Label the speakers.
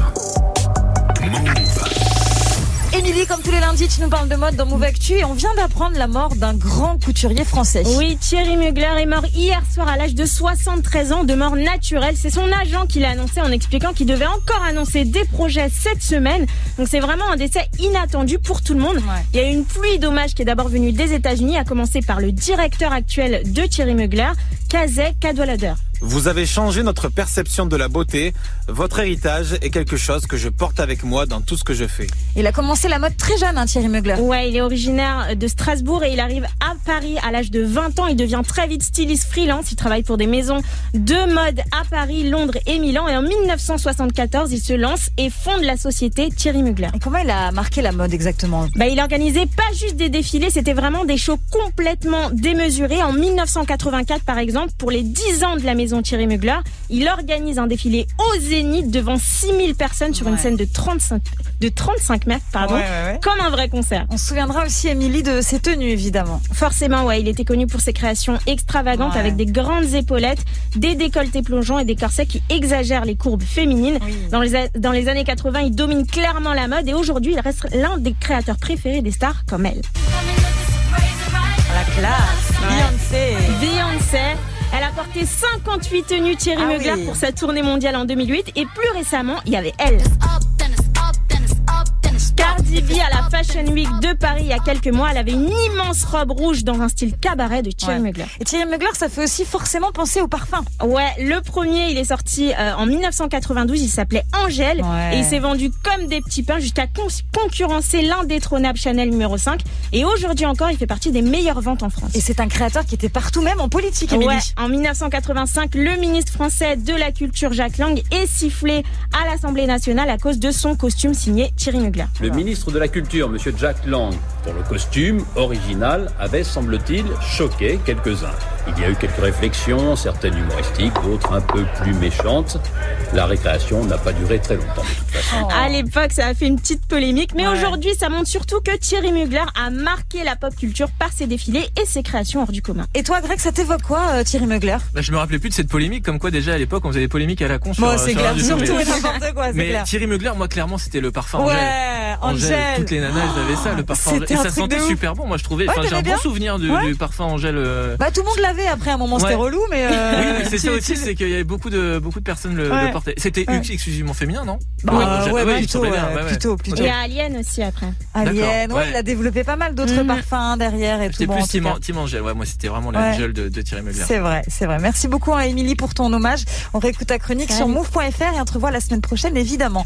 Speaker 1: 13h. Move.
Speaker 2: Émilie, comme tous les lundis, tu nous parles de mode dans Move Actu et on vient d'apprendre la mort d'un grand couturier français.
Speaker 3: Oui, Thierry Mugler est mort hier soir à l'âge de 73 ans de mort naturelle. C'est son agent qui l'a annoncé en expliquant qu'il devait encore annoncer des projets cette semaine. Donc c'est vraiment un décès inattendu pour tout le monde. Il y a eu une pluie d'hommages qui est d'abord venue des États-Unis, à commencer par le directeur actuel de Thierry Mugler, Kazek Cadwallader.
Speaker 4: Vous avez changé notre perception de la beauté. Votre héritage est quelque chose que je porte avec moi dans tout ce que je fais.
Speaker 2: Il a commencé la mode très jeune, hein, Thierry Mugler.
Speaker 3: Ouais, il est originaire de Strasbourg et il arrive à Paris à l'âge de 20 ans. Il devient très vite styliste freelance. Il travaille pour des maisons de mode à Paris, Londres et Milan. Et en 1974, il se lance et fonde la société Thierry Mugler.
Speaker 2: Et comment il a marqué la mode exactement
Speaker 3: Bah, il organisait pas juste des défilés, c'était vraiment des shows complètement démesurés. En 1984, par exemple, pour les 10 ans de la maison Thierry Mugler, il organise un défilé au Zénith devant 6000 personnes sur une
Speaker 2: Ouais.
Speaker 3: scène de 35, de 35 mètres, pardon,
Speaker 2: Ouais, ouais, ouais.
Speaker 3: comme un vrai concert.
Speaker 2: On se souviendra aussi, Émilie, de ses tenues, évidemment.
Speaker 3: Forcément, ouais, il était connu pour ses créations extravagantes
Speaker 2: Ouais.
Speaker 3: avec des grandes épaulettes, des décolletés plongeants et des corsets qui exagèrent les courbes féminines.
Speaker 2: Oui.
Speaker 3: Dans, les, a- dans les années 80, il domine clairement la mode et aujourd'hui, il reste l'un des créateurs préférés des stars comme elle.
Speaker 2: La classe. Beyoncé.
Speaker 3: Beyoncé. Elle a porté 58 tenues Thierry
Speaker 2: Ah
Speaker 3: Mugler
Speaker 2: oui.
Speaker 3: pour sa tournée mondiale en 2008 et plus récemment, il y avait elle. Cardi B à la Fashion Week de Paris il y a quelques mois, elle avait une immense robe rouge dans un style cabaret de Thierry
Speaker 2: Ouais.
Speaker 3: Mugler.
Speaker 2: Et Thierry Mugler, ça fait aussi forcément penser au parfum.
Speaker 3: Ouais, le premier, il est sorti euh, en 1992, il s'appelait Angèle
Speaker 2: Ouais.
Speaker 3: et il s'est vendu comme des petits pains jusqu'à con- concurrencer l'indétrônable Chanel numéro 5 et aujourd'hui encore, il fait partie des meilleures ventes en France.
Speaker 2: Et c'est un créateur qui était partout, même en politique, Émilie.
Speaker 3: Ouais, en 1985, le ministre français de la Culture Jacques Lang est sifflé à l'Assemblée nationale à cause de son costume signé Thierry Mugler.
Speaker 5: Le ministre de la Culture, M. Jack Lang, pour le costume original, avait, semble-t-il, choqué quelques-uns. Il y a eu quelques réflexions, certaines humoristiques, d'autres un peu plus méchantes. La récréation n'a pas duré très longtemps.
Speaker 3: À l'époque, ça a fait une petite polémique, mais
Speaker 2: Ouais.
Speaker 3: aujourd'hui, ça montre surtout que Thierry Mugler a marqué la pop culture par ses défilés et ses créations hors du commun.
Speaker 2: Et toi, Greg, ça t'évoque quoi, euh, Thierry Mugler
Speaker 6: Bah, je me rappelais plus de cette polémique, comme quoi déjà à l'époque on faisait des polémiques à la con sur,
Speaker 2: Moi,
Speaker 6: euh,
Speaker 2: c'est
Speaker 6: sur
Speaker 2: clair,
Speaker 6: Radio
Speaker 2: surtout
Speaker 6: Tour, mais-
Speaker 2: et n'importe quoi, c'est
Speaker 6: Mais
Speaker 2: clair.
Speaker 6: Thierry Mugler, moi clairement c'était le parfum Angèle.
Speaker 2: Ouais,
Speaker 6: Angèle,
Speaker 2: Angèle.
Speaker 6: toutes les nanas, elles avaient ça, le parfum Angèle.
Speaker 2: c'était
Speaker 6: Et
Speaker 2: un
Speaker 6: ça
Speaker 2: truc
Speaker 6: sentait
Speaker 2: de ouf.
Speaker 6: super bon. Moi, je trouvais,
Speaker 2: Ouais,
Speaker 6: enfin, j'ai un
Speaker 2: t'aimais
Speaker 6: bon
Speaker 2: bien
Speaker 6: souvenir du,
Speaker 2: Ouais.
Speaker 6: du parfum Angèle. euh,
Speaker 2: Bah, tout le monde l'avait après un moment, c'était
Speaker 6: Ouais.
Speaker 2: relou, mais. euh,
Speaker 6: Oui, mais c'est
Speaker 2: tu-
Speaker 6: ça
Speaker 2: tu-
Speaker 6: aussi, c'est qu'il y avait beaucoup de, beaucoup de personnes le, le
Speaker 2: Ouais.
Speaker 6: portaient. C'était
Speaker 2: Ouais.
Speaker 6: exclusivement féminin, non?
Speaker 2: Bah,
Speaker 6: Oui,
Speaker 2: euh,
Speaker 6: j'ai-
Speaker 2: ouais,
Speaker 6: oui, il me
Speaker 2: plutôt,
Speaker 6: semblait bien,
Speaker 2: ouais,
Speaker 6: ouais, ouais.
Speaker 2: plutôt, plutôt.
Speaker 3: Et à Alien aussi après.
Speaker 2: Alien, ouais,
Speaker 6: D'accord, ouais.
Speaker 2: il a développé pas mal d'autres
Speaker 3: Mhm.
Speaker 2: parfums derrière et tout.
Speaker 6: J'étais
Speaker 2: Bon, en
Speaker 6: plus
Speaker 2: tout
Speaker 6: Team,
Speaker 2: cas,
Speaker 6: Team Angèle. Ouais, moi, c'était vraiment
Speaker 2: Ouais.
Speaker 6: l'angel de, de Thierry Mugler.
Speaker 2: C'est vrai, hein, c'est vrai. Merci beaucoup à Émilie pour ton hommage. On réécoute ta chronique
Speaker 3: Ouais.
Speaker 2: sur move.fr et on te revoit la semaine prochaine, évidemment.